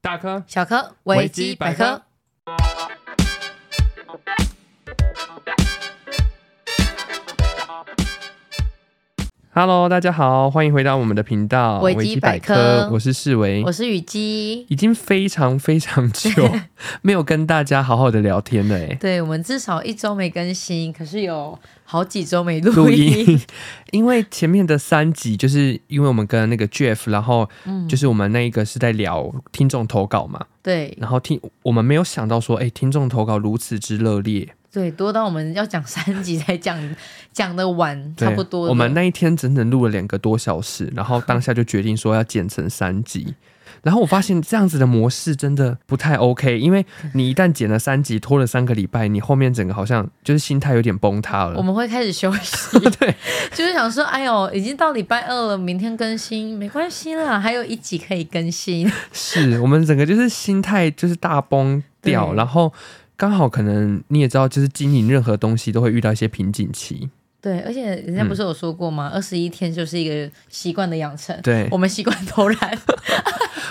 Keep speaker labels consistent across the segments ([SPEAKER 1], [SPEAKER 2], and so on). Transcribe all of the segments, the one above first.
[SPEAKER 1] 大科
[SPEAKER 2] 小科
[SPEAKER 1] 维
[SPEAKER 2] 维
[SPEAKER 1] 基
[SPEAKER 2] 基
[SPEAKER 1] 百
[SPEAKER 2] 百
[SPEAKER 1] 科
[SPEAKER 2] 科。
[SPEAKER 1] ，Hello，大家好，欢迎回到我们的频道
[SPEAKER 2] 维基百科
[SPEAKER 1] 我是世维
[SPEAKER 2] 我。是雨姬。
[SPEAKER 1] 已经非常非常 久没有跟大家好好的聊天了，哎，
[SPEAKER 2] 对，我们至少一周没更新，可是有好几周没录
[SPEAKER 1] 录
[SPEAKER 2] 音。
[SPEAKER 1] 音， 因为前面的三集就是因为我们跟那个 Jeff，然后
[SPEAKER 2] 嗯
[SPEAKER 1] 就是我们那一个是在聊听众投稿嘛，
[SPEAKER 2] 对
[SPEAKER 1] 然后听我们没有想到说，哎，听众投稿如此之热烈，
[SPEAKER 2] 对，多到我们要讲三集才讲 讲的完，
[SPEAKER 1] 对
[SPEAKER 2] 差不多了。
[SPEAKER 1] 我们那一天整整录了两个多小时，然后当下就决定说要剪成三集。然后我发现这样子的模式真的不太 OK，因为你一旦剪了三集，拖了三个礼拜，你后面整个好像就是心态有点崩塌
[SPEAKER 2] 我
[SPEAKER 1] 了。
[SPEAKER 2] 们会开始休息，
[SPEAKER 1] 对，
[SPEAKER 2] 就是想说，哎呦，已经到礼拜二了，明天更新没关系啦，还有一集可以更新。
[SPEAKER 1] 是我们整个就是心态就是大崩掉，
[SPEAKER 2] 对
[SPEAKER 1] 然后刚好可能你也知道，就是经营任何东西都会遇到一些瓶颈期。
[SPEAKER 2] 对，而且人家不是有说过吗？二十一天就是一个习惯的养成，
[SPEAKER 1] 对
[SPEAKER 2] 我，们习惯偷懒，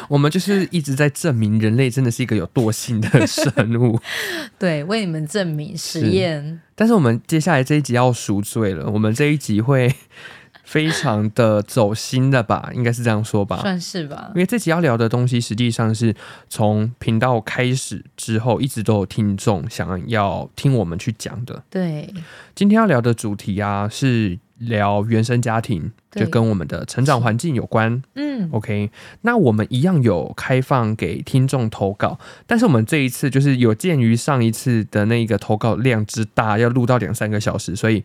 [SPEAKER 1] 我们就是一直在证明人类真的是一个有惰性的生物。
[SPEAKER 2] 对，为你们证明
[SPEAKER 1] 是
[SPEAKER 2] 实验。
[SPEAKER 1] 但是我们接下来这一集要赎罪了，我们这一集会 非常的走心的吧，应该是这样说吧。
[SPEAKER 2] 算是啊吧
[SPEAKER 1] 因。为这集要聊的东西，实际上是从频道开始之后，一直都有听众想要听我们去讲的。
[SPEAKER 2] 对
[SPEAKER 1] 今天要聊的主题啊，是聊原生家庭，
[SPEAKER 2] 对
[SPEAKER 1] 就跟我们的成长环境有关。
[SPEAKER 2] 嗯，
[SPEAKER 1] OK，那我们一样有开放给听众投稿，但是我们这一次就是有鉴于上一次的那个投稿量之大，要录到两三个小时，所以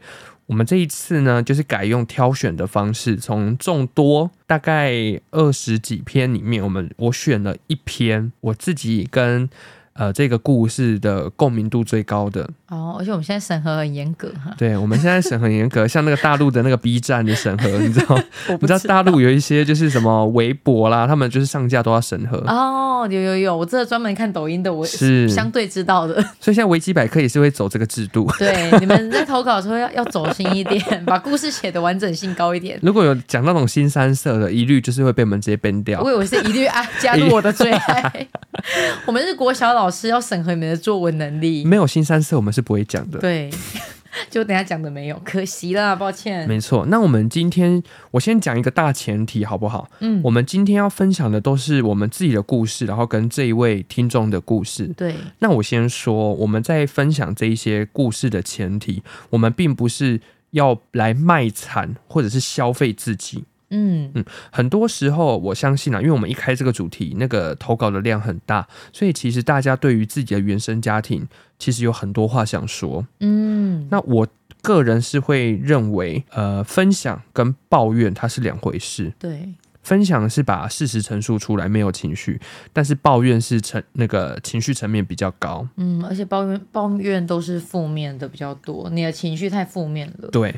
[SPEAKER 1] 我们这一次呢，就是改用挑选的方式，从众多大概二十几篇里面，我们我选了一篇我自己跟呃这个故事的共鸣度最高的。
[SPEAKER 2] 哦，而且我们现在审核很严格哈，
[SPEAKER 1] 对我们现在审核很严格，像那个大陆的那个 B 站的审核，你知道吗？
[SPEAKER 2] 我
[SPEAKER 1] 你知道大陆有一些就是什么微博啦，他们就是上架都要审核，
[SPEAKER 2] 哦，有有有，我这个专门看抖音的，我
[SPEAKER 1] 是，所
[SPEAKER 2] 相对知道的。
[SPEAKER 1] 以现在维基百科也是会走这个制度。
[SPEAKER 2] 对，你们在投稿的时候要要走心一点，把故事写的完整性高一点。
[SPEAKER 1] 如果有讲到那种新三色的，一律就是会被我们直接 ban 掉
[SPEAKER 2] 我。以为是一律爱加入我的最爱， 我们是国小老师要审核你们的作文能力。
[SPEAKER 1] 没有新三色，我们是不会讲的。
[SPEAKER 2] 对， 就等一下讲的没有，可惜啦，抱歉。
[SPEAKER 1] 没错，那我们今天我先讲一个大前提好不好？
[SPEAKER 2] 嗯，
[SPEAKER 1] 我们今天要分享的都是我们自己的故事，然后跟这一位听众的故事。
[SPEAKER 2] 对，
[SPEAKER 1] 那我先说，我们在分享这一些故事的前提，我们并不是要来卖惨或者是消费自己。
[SPEAKER 2] 嗯，
[SPEAKER 1] 很多时候，我相信啊，因为我们一开这个主题，那个投稿的量很大，所以其实大家对于自己的原生家庭，其实有很多话想说。
[SPEAKER 2] 嗯，
[SPEAKER 1] 那我个人是会认为，呃，分享跟抱怨它是两回事。
[SPEAKER 2] 对，
[SPEAKER 1] 分享是把事实陈述出来，没有情绪；但是抱怨是层那个情绪层面比较高。
[SPEAKER 2] 嗯，而且抱怨抱怨都是负面的比较多，你的情绪太负面了。
[SPEAKER 1] 对，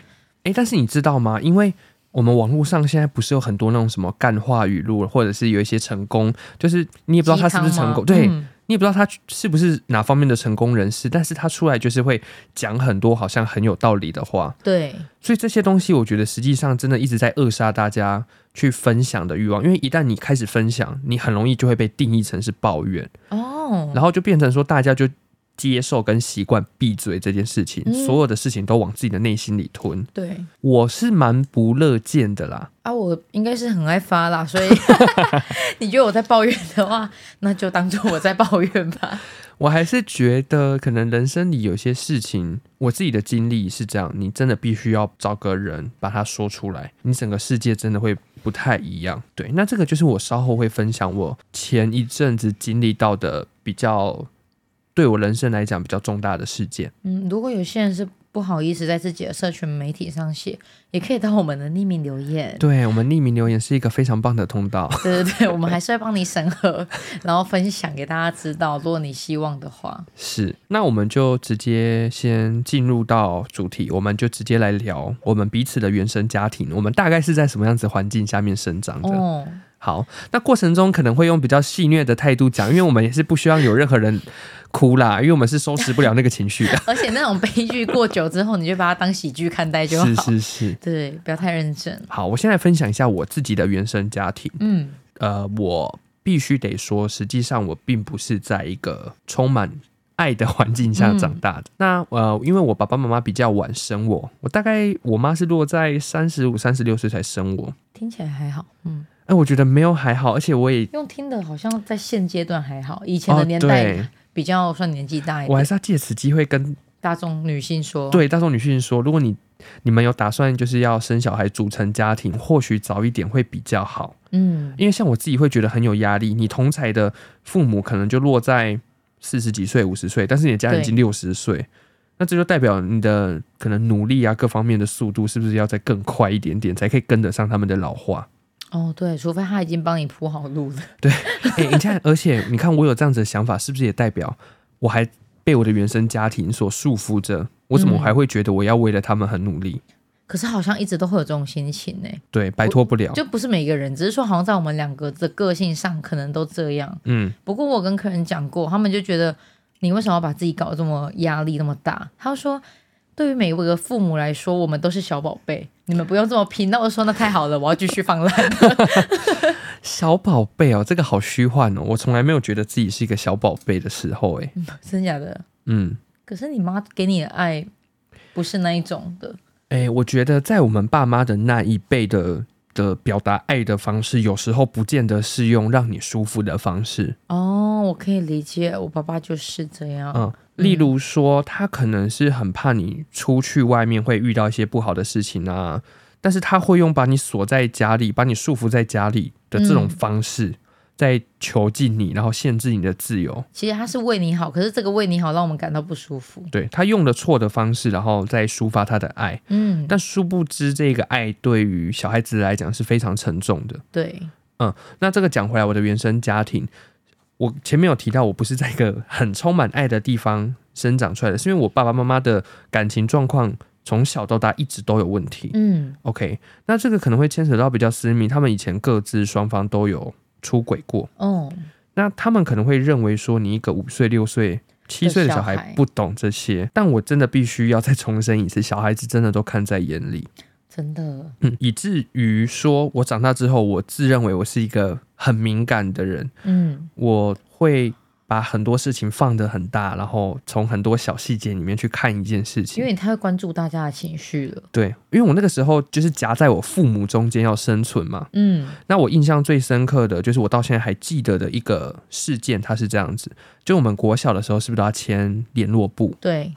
[SPEAKER 1] 哎，但是你知道吗？因为我们网络上现在不是有很多那种什么干话语录，或者是有一些成功，就是你也不知道他是不是
[SPEAKER 2] 鸡汤
[SPEAKER 1] 成
[SPEAKER 2] 吗
[SPEAKER 1] 功，对、
[SPEAKER 2] 嗯
[SPEAKER 1] 你也不知道他是不是哪方面的成功人士，但是他出来就是会讲很多好像很有道理的话，
[SPEAKER 2] 对，
[SPEAKER 1] 所以这些东西我觉得实际上真的一直在扼杀大家去分享的欲望，因为一旦你开始分享，你很容易就会被定义成是抱怨，
[SPEAKER 2] 哦，
[SPEAKER 1] 然后就变成说大家就。接受跟习惯闭嘴这件事情，
[SPEAKER 2] 嗯
[SPEAKER 1] 所有的事情都往自己的内心里吞。
[SPEAKER 2] 对
[SPEAKER 1] 我是蛮不乐见的啦。
[SPEAKER 2] 啊，我应该是很爱发啦， 所以你觉得我在抱怨的话，那就当做我在抱怨吧。
[SPEAKER 1] 我还是觉得，可能人生里有些事情，我自己的经历是这样，你真的必须要找个人把它说出来，你整个世界真的会不太一样。对，那这个就是我稍后会分享我前一阵子经历到的比较对我人生来讲比较重大的事件。
[SPEAKER 2] 嗯，如果有些人是不好意思在自己的社群媒体上写，也可以到我们的匿名留言。
[SPEAKER 1] 对我们匿名留言是一个非常棒的通道。
[SPEAKER 2] 对对对，我们还是会帮你审核，然后分享给大家知道。如果你希望的话，
[SPEAKER 1] 是，那我们就直接先进入到主题，我们就直接来聊我们彼此的原生家庭，我们大概是在什么样子的环境下面生长的。
[SPEAKER 2] 哦，
[SPEAKER 1] 好，那过程中可能会用比较戏谑的态度讲，因为我们也是不需要有任何人哭啦， 因为我们是收拾不了那个情 绪的。
[SPEAKER 2] 而且那种悲剧过久之后，你就把它当喜剧看待就好。
[SPEAKER 1] 是是是。
[SPEAKER 2] 对，不要太认真。
[SPEAKER 1] 好，我现在分享一下我自己的原生家庭。
[SPEAKER 2] 嗯，
[SPEAKER 1] 呃，我必须得说，实际上我并不是在一个充满爱的环境下长大
[SPEAKER 2] 嗯
[SPEAKER 1] 的。那呃，因为我爸爸妈妈比较晚生我，我大概我妈是落在三十五、三十六岁才生我。
[SPEAKER 2] 听起来还好，嗯，
[SPEAKER 1] 哎，我觉得没有还好，而且我也
[SPEAKER 2] 用听的好像在现阶段还好，以前
[SPEAKER 1] 哦
[SPEAKER 2] 的年
[SPEAKER 1] 对
[SPEAKER 2] 代比较算年纪大一
[SPEAKER 1] 我还
[SPEAKER 2] 点，
[SPEAKER 1] 是要借此机会跟
[SPEAKER 2] 大众女性说，，
[SPEAKER 1] 对大众女性说，如果你你们有打算就是要生小孩组成家庭，或许早一点会比较好。
[SPEAKER 2] 嗯，
[SPEAKER 1] 因为像我自己会觉得很有压力，你同才的父母可能就落在四十几岁、五十岁，但是你的家人已经六十岁，那这就代表你的可能努力啊各方面的速度是不是要再更快一点点，才可以跟得上他们的老 化？
[SPEAKER 2] 哦，对，除非他已经帮你铺好路了，
[SPEAKER 1] 哎、你看，而且你看我有这样子的想法，是不是也代表我还被我的原生家庭所束缚着？我怎么
[SPEAKER 2] 嗯
[SPEAKER 1] 还会觉得我要为了他们很努力？
[SPEAKER 2] 可是好像一直都会有这种心情呢、欸
[SPEAKER 1] 对，摆脱不了。
[SPEAKER 2] 就不是每个人，只是说好像在我们两个的个性上可能都这样。
[SPEAKER 1] 嗯，
[SPEAKER 2] 不过我跟客人讲过，他们就觉得你为什么要把自己搞得这么压力那么大？他就说，对于每一个父母来说，我们都是小宝贝，你们不用这么拼。那我就说那太好了，我要继续放烂。
[SPEAKER 1] 小宝贝哦，这个好虚幻哦，我从来没有觉得自己是一个小宝贝的时候、哎，
[SPEAKER 2] 真假的？
[SPEAKER 1] 嗯。
[SPEAKER 2] 可是你妈给你的爱不是那一种的，
[SPEAKER 1] 哎、我觉得在我们爸妈的那一辈的的表达爱的方式，有时候不见得是用让你舒服的方式。
[SPEAKER 2] 哦，我可以理解，我爸爸就是这样。
[SPEAKER 1] 嗯，例如说，他可能是很怕你出去外面会遇到一些不好的事情啊，但是他会用把你锁在家里、把你束缚在家里的这种
[SPEAKER 2] 嗯
[SPEAKER 1] 方式，在囚禁你，然后限制你的自由。
[SPEAKER 2] 其实他是为你好，可是这个为你好让我们感到不舒服。
[SPEAKER 1] 对他用了错的方式，然后再抒发他的爱，
[SPEAKER 2] 嗯，
[SPEAKER 1] 但殊不知这个爱对于小孩子来讲是非常沉重的。
[SPEAKER 2] 对，
[SPEAKER 1] 那这个讲回来，我的原生家庭，我前面有提到，我不是在一个很充满爱的地方生长出来的，是因为我爸爸妈妈的感情状况从小到大一直都有问题。
[SPEAKER 2] 嗯
[SPEAKER 1] OK，那这个可能会牵扯到比较私密，他们以前各自双方都有出轨过，
[SPEAKER 2] 哦，
[SPEAKER 1] 那他们可能会认为说你一个五岁、六岁、七岁的小
[SPEAKER 2] 的小
[SPEAKER 1] 孩
[SPEAKER 2] 孩
[SPEAKER 1] 不懂这些，但我真的必须要再重申一次，小孩子真的都看在眼里。
[SPEAKER 2] 真的。
[SPEAKER 1] 嗯，以至于说我长大之后，我自认为我是一个很敏感的人，
[SPEAKER 2] 嗯，
[SPEAKER 1] 我会把很多事情放得很大，然后从很多小细节里面去看一件事
[SPEAKER 2] 因
[SPEAKER 1] 情。
[SPEAKER 2] 为你太会关注大家的情绪了。
[SPEAKER 1] 对，因为我那个时候就是夹在我父母中间要生存嘛。
[SPEAKER 2] 嗯，
[SPEAKER 1] 那我印象最深刻的就是我到现在还记得的一个事件，它是这样子：就我们国小的时候，是不是都要签联络簿？
[SPEAKER 2] 对，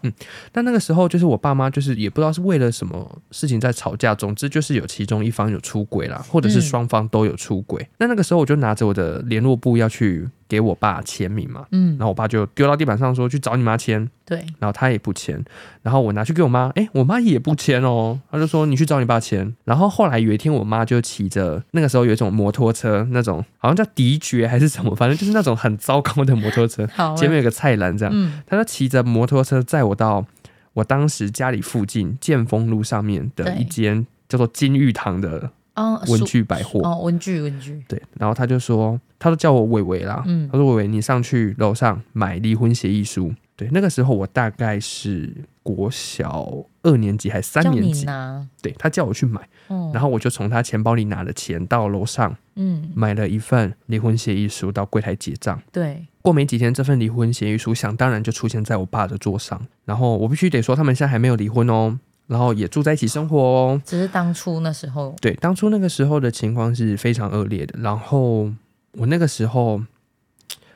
[SPEAKER 1] 但那个时候就是我爸妈就是也不知道是为了什么事情在吵架，总之就是有其中一方有出轨啦，或者是
[SPEAKER 2] 嗯
[SPEAKER 1] 双方都有出轨。那那个时候我就拿着我的联络簿要去给我爸签名嘛，
[SPEAKER 2] 嗯
[SPEAKER 1] 然，后我爸就丢到地板上说去找你妈签，
[SPEAKER 2] 对，
[SPEAKER 1] 然后他也不签，然后我拿去给我妈，诶，我妈也不签哦，他就说你去找你爸签。然后后来有一天，我妈就骑着那个时候有一种摩托车，那种好像叫迪爵还是什么，反正就是那种很糟糕的摩托车，
[SPEAKER 2] 好欸，
[SPEAKER 1] 前面有个菜篮这样，
[SPEAKER 2] 嗯，
[SPEAKER 1] 他就骑着摩托车载我到我当时家里附近建丰路上面的
[SPEAKER 2] 对
[SPEAKER 1] 一间叫做金玉堂的
[SPEAKER 2] 哦，
[SPEAKER 1] 文
[SPEAKER 2] 书
[SPEAKER 1] 具百货，
[SPEAKER 2] 哦，文具文具，
[SPEAKER 1] 对，然后他就说，他都叫我伟伟啦，
[SPEAKER 2] 嗯
[SPEAKER 1] 啊他说伟伟，你上去楼上买离婚协议书。对，那个时候我大概是国小二年级还三
[SPEAKER 2] 叫
[SPEAKER 1] 年
[SPEAKER 2] 你
[SPEAKER 1] 级，
[SPEAKER 2] 拿，
[SPEAKER 1] 对他叫我去买，
[SPEAKER 2] 哦，
[SPEAKER 1] 然后我就从他钱包里拿了钱到楼上
[SPEAKER 2] 嗯，
[SPEAKER 1] 买了一份离婚协议书，到柜台结账。
[SPEAKER 2] 对，
[SPEAKER 1] 过没几天，这份离婚协议书想当然就出现在我爸的桌上。然后我必须得说，他们现在还没有离婚哦，然后也住在一起生活哦。
[SPEAKER 2] 只是当初那时候，
[SPEAKER 1] 对，当初那个时候的情况是非常恶劣的。然后我那个时候，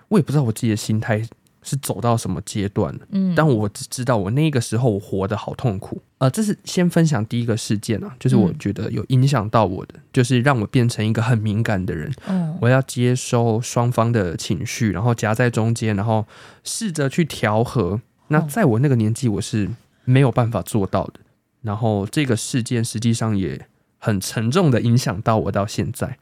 [SPEAKER 1] 我也不知道我自己的心态是走到什么阶段了，
[SPEAKER 2] 嗯，
[SPEAKER 1] 但我只知道我那个时候我活得好痛苦。呃，这是先分享第一个事件啊，就是我
[SPEAKER 2] 嗯
[SPEAKER 1] 觉得有影响到我的，就是让我变成一个很敏感的人。
[SPEAKER 2] 哦，
[SPEAKER 1] 我要接收双方的情绪，然后夹在中间，然后试着去调和。那
[SPEAKER 2] 哦
[SPEAKER 1] 在我那个年纪，我是没有办法做到的。然后这个事件实际上也很沉重的影响到我到现在。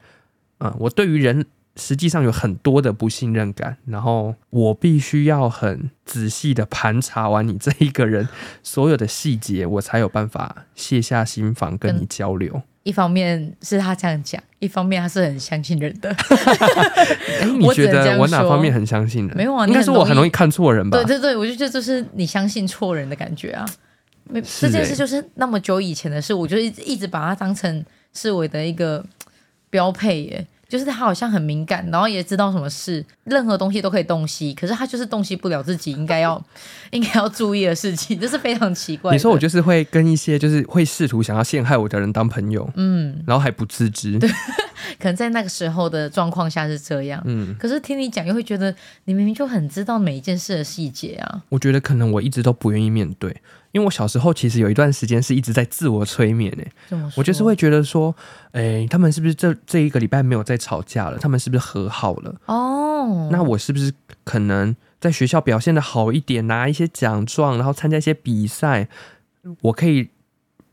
[SPEAKER 1] 嗯，我对于人实际上有很多的不信任感，然后我必须要很仔细的盘查完你这一个人所有的细节，我才有办法卸下心防跟你交流。
[SPEAKER 2] 一方面是他这样讲，一方面他是很相信人的，
[SPEAKER 1] 哎、你
[SPEAKER 2] 我只
[SPEAKER 1] 觉
[SPEAKER 2] 能这
[SPEAKER 1] 得
[SPEAKER 2] 样
[SPEAKER 1] 我哪
[SPEAKER 2] 说
[SPEAKER 1] 方面很相信人？
[SPEAKER 2] 没有啊
[SPEAKER 1] 应该
[SPEAKER 2] 你很
[SPEAKER 1] 是我很
[SPEAKER 2] 容易
[SPEAKER 1] 容易看错人吧
[SPEAKER 2] 对？对对，我就觉得就是你相信错人的感觉啊。没
[SPEAKER 1] 是
[SPEAKER 2] 这件
[SPEAKER 1] 欸
[SPEAKER 2] 事就是那么久以前的事，我就一直一直把它当成是我的一个标配耶。就是他好像很敏感，然后也知道什么事，任何东西都可以洞悉，可是他就是洞悉不了自己应该要 应该要注意的事情，这是非常奇怪的。
[SPEAKER 1] 你说我就是会跟一些就是会试图想要陷害我的人当朋友，
[SPEAKER 2] 嗯，
[SPEAKER 1] 然后还不自知。
[SPEAKER 2] 可能在那个时候的状况下是这样，
[SPEAKER 1] 嗯，
[SPEAKER 2] 可是听你讲又会觉得你明明就很知道每一件事的细节啊，
[SPEAKER 1] 我觉得可能我一直都不愿意面对，因为我小时候其实有一段时间是一直在自我催眠诶、
[SPEAKER 2] 这么说
[SPEAKER 1] 我就是会觉得说，诶、他们是不是这这一个礼拜没有再吵架了？他们是不是和好了？
[SPEAKER 2] 哦，
[SPEAKER 1] 那我是不是可能在学校表现的好一点，拿一些奖状，然后参加一些比赛，我可以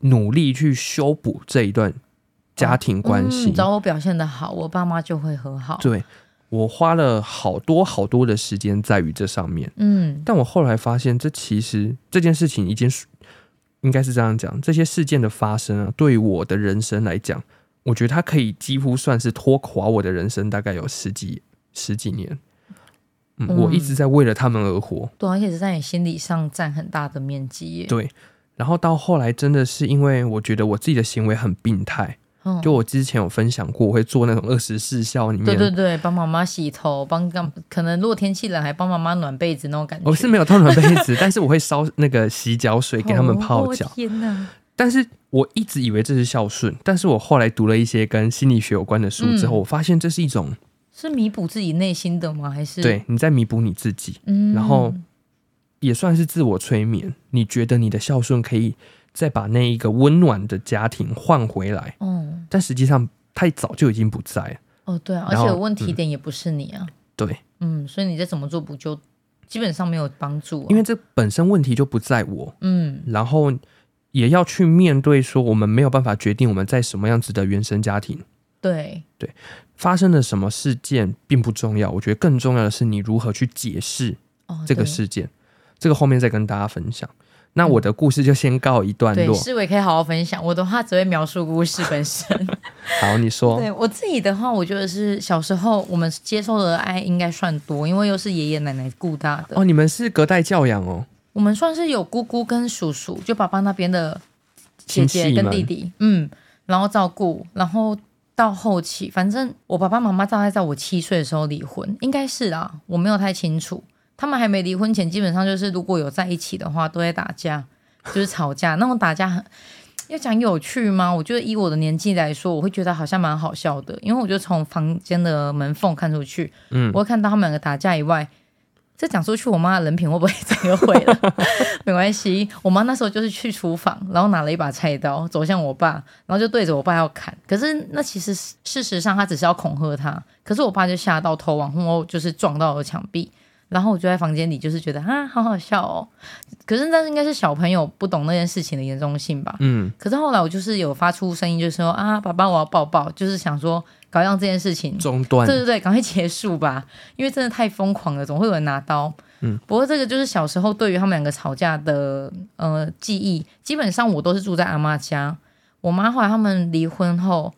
[SPEAKER 1] 努力去修补这一段家庭关系
[SPEAKER 2] 嗯，只？要我表现的好，我爸妈就会和好。
[SPEAKER 1] 对，我花了好多好多的时间在于这上面，
[SPEAKER 2] 嗯，
[SPEAKER 1] 但我后来发现，这其实这件事情已经是应该是这样讲，这些事件的发生啊，对我的人生来讲，我觉得它可以几乎算是拖垮我的人生，大概有十几十几年。嗯，我一直在为了他们而活。
[SPEAKER 2] 对，而且是在你心理上占很大的面积耶。
[SPEAKER 1] 对，然后到后来真的是因为我觉得我自己的行为很病态，
[SPEAKER 2] 嗯
[SPEAKER 1] 就我之前有分享过，我会做那种二十四孝里面，
[SPEAKER 2] 对对对，帮妈妈洗头，帮干，可能如果天气冷还帮妈妈暖被子那种感觉。
[SPEAKER 1] 我哦是没有套暖被子，但是我会烧那个洗脚水给他们泡脚
[SPEAKER 2] 哦。天哪！
[SPEAKER 1] 但是我一直以为这是孝顺，但是我后来读了一些跟心理学有关的书之后，我发现这是一种
[SPEAKER 2] 是弥补自己内心的吗？还是，
[SPEAKER 1] 对你在弥补你自己，
[SPEAKER 2] 嗯
[SPEAKER 1] 然后也算是自我催眠。你觉得你的孝顺可以再把那一个温暖的家庭换回来，
[SPEAKER 2] 哦
[SPEAKER 1] 但实际上它早就已经不在了。
[SPEAKER 2] 哦对啊，而
[SPEAKER 1] 然后嗯
[SPEAKER 2] 且问题点也不是你啊，
[SPEAKER 1] 对，
[SPEAKER 2] 嗯，所以你再怎么做补救，基本上没有帮助啊、
[SPEAKER 1] 因为这本身问题就不在我，
[SPEAKER 2] 嗯
[SPEAKER 1] 然后也要去面对说我们没有办法决定我们在什么样子的原生家庭
[SPEAKER 2] 对，
[SPEAKER 1] 发生了什么事件并不重要，我觉得更重要的是你如何去解释
[SPEAKER 2] 哦
[SPEAKER 1] 这个
[SPEAKER 2] 对
[SPEAKER 1] 事件，这个后面再跟大家分享。那我的故事就先告一段
[SPEAKER 2] 对，
[SPEAKER 1] 落。
[SPEAKER 2] 思维可以好好分享。我的话只会描述故事本身。
[SPEAKER 1] 好，你说，
[SPEAKER 2] 对我自己的话，我觉得是小时候我们接受的爱应该算多，因为又是爷爷奶奶顾大的，
[SPEAKER 1] 哦，你们是隔代教养哦，
[SPEAKER 2] 我们算是有姑姑跟叔叔，就爸爸那边的姐姐
[SPEAKER 1] 亲戚
[SPEAKER 2] 跟
[SPEAKER 1] 们
[SPEAKER 2] 弟弟，嗯，然后照顾，然后到后期，反正我爸爸妈妈大概在我七岁的时候离婚，应该是啦，我没有太清楚。他们还没离婚前，基本上就是如果有在一起的话，都在打架， 就是吵架。那种打架很，要讲有趣吗？我觉得以我的年纪来说，我会觉得好像蛮好笑的，因为我就从房间的门缝看出去，
[SPEAKER 1] 嗯
[SPEAKER 2] 我会看到他们两个打架以外，这讲出去，我妈的人品会不会 整个毁了？没关系，我妈那时候就是去厨房，然后拿了一把菜刀走向我爸，然后就对着我爸要砍。可是那其实是事实上他只是要恐吓他，可是我爸就吓到头往后就是撞到了墙壁。然后我就在房间里，就是觉得啊，好好笑哦。可是那应该是小朋友不懂那件事情的严重性吧。
[SPEAKER 1] 嗯，
[SPEAKER 2] 可是后来我就是有发出声音，就是说啊，爸爸，我要抱抱，就是想说搞让这件事情
[SPEAKER 1] 中断
[SPEAKER 2] 对对对，赶快结束吧，因为真的太疯狂了，总会有人拿刀。
[SPEAKER 1] 嗯，
[SPEAKER 2] 不过这个就是小时候对于他们两个吵架的呃记忆，基本上我都是住在阿妈家。我妈后来他们离婚后，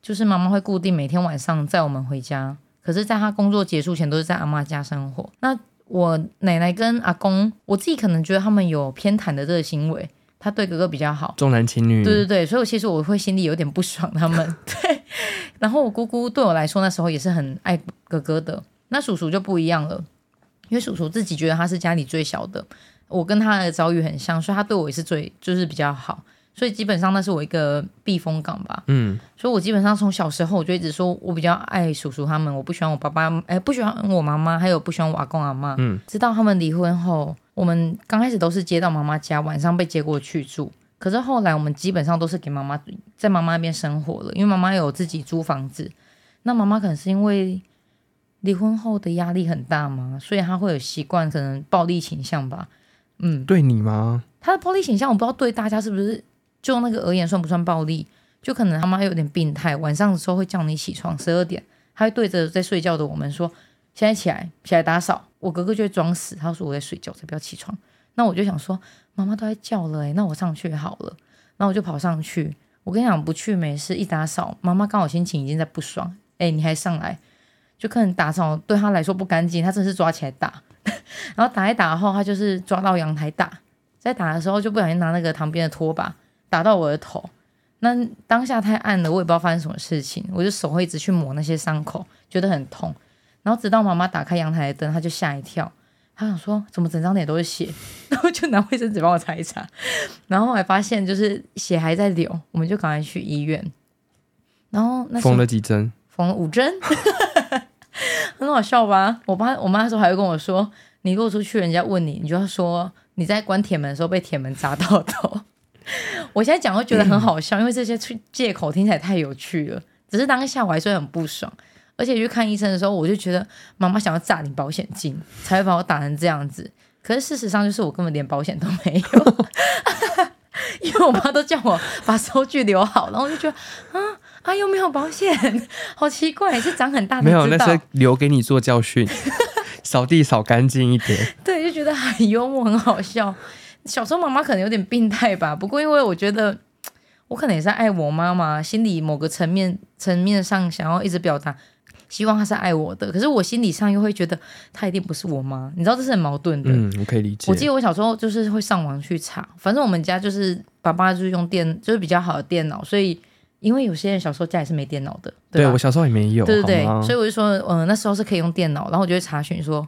[SPEAKER 2] 就是妈妈会固定每天晚上载我们回家，可是在她工作结束前都是在阿妈家生活。那我奶奶跟阿公，我自己可能觉得他们有偏袒的这个行为，他对哥哥比较好。
[SPEAKER 1] 重男轻女，
[SPEAKER 2] 对对对，所以我其实我会心里有点不爽他们。对，然后我姑姑对我来说那时候也是很爱哥哥的，那叔叔就不一样了，因为叔叔自己觉得他是家里最小的，我跟他的遭遇很像，所以他对我也是最就是比较好，所以基本上那是我一个避风港吧。
[SPEAKER 1] 嗯，
[SPEAKER 2] 所以我基本上从小时候我就一直说我比较爱叔叔他们，我不喜欢我爸爸，哎、不喜欢我妈妈，还有不喜欢我阿公阿妈。
[SPEAKER 1] 嗯，
[SPEAKER 2] 直到他们离婚后，我们刚开始都是接到妈妈家，晚上被接过去住。可是后来我们基本上都是给妈妈在妈妈那边生活了，因为妈妈有自己租房子。那妈妈可能是因为离婚后的压力很大嘛，所以她会有习惯，可能暴力倾向吧。嗯，
[SPEAKER 1] 对你吗？
[SPEAKER 2] 他的暴力倾向，我不知道对大家是不是就那个而言算不算暴力？就可能他妈有点病态，晚上的时候会叫你起床，十二点，他会对着在睡觉的我们说：“现在起来，起来打扫。”我哥哥就会装死，他说我在睡觉，才不要起床。那我就想说，妈妈都在叫了、欸，那我上去好了。然后我就跑上去，我跟你讲，不去没事，一打扫，妈妈刚好心情已经在不爽，哎、你还上来，就可能打扫对他来说不干净，他真的是抓起来打， 然后打一打后，他就是抓到阳台打，在打的时候就不小心拿那个旁边的拖把打到我的头，那当下太暗了，我也不知道发生什么事情，我就手会一直去抹那些伤口，觉得很痛。然后直到妈妈打开阳台的灯，她就吓一跳，她想说怎么整张脸都是血， 然后就拿卫生纸帮我擦一擦。然后后来发现就是血还在流，我们就赶快去医院。然后那时候
[SPEAKER 1] 缝了几针，
[SPEAKER 2] 缝了五针，很好笑吧？我爸我妈那时候还会跟我说，你如果出去，人家问你，你就要说你在关铁门的时候被铁门砸到头。 我现在讲会觉得很好
[SPEAKER 1] 嗯
[SPEAKER 2] 笑，因为这些出借口听起来太有趣了。只是当下我还是会很不爽，而且去看医生的时候，我就觉得妈妈想要诈你保险金，才会把我打成这样子。可是事实上就是我根本连保险都没有， 因为我妈都叫我把收据留好，然后我就觉得啊啊又没有保险，好奇怪，是长很大才
[SPEAKER 1] 没有，
[SPEAKER 2] 知
[SPEAKER 1] 那
[SPEAKER 2] 道
[SPEAKER 1] 是留给你做教 训，扫地扫干净一点。
[SPEAKER 2] 对，就觉得很幽默，很好笑。小时候妈妈可能有点病态吧，不过因为我觉得我可能也是爱我妈妈，心里某个层面层面上想要一直表达，希望她是爱我的，可是我心理上又会觉得她一定不是我妈，你知道这是很矛盾的。
[SPEAKER 1] 嗯，我可以理解
[SPEAKER 2] 我。记得我小时候就是会上网去查，反正我们家就是爸爸就是用电，就是比较好的电脑，所以因为有些人小时候家里是没电脑的，
[SPEAKER 1] 对
[SPEAKER 2] 吧
[SPEAKER 1] 我小时候也没有，
[SPEAKER 2] 对对
[SPEAKER 1] 好吗
[SPEAKER 2] 对，所以我就说，嗯、那时候是可以用电脑，然后我就会查询说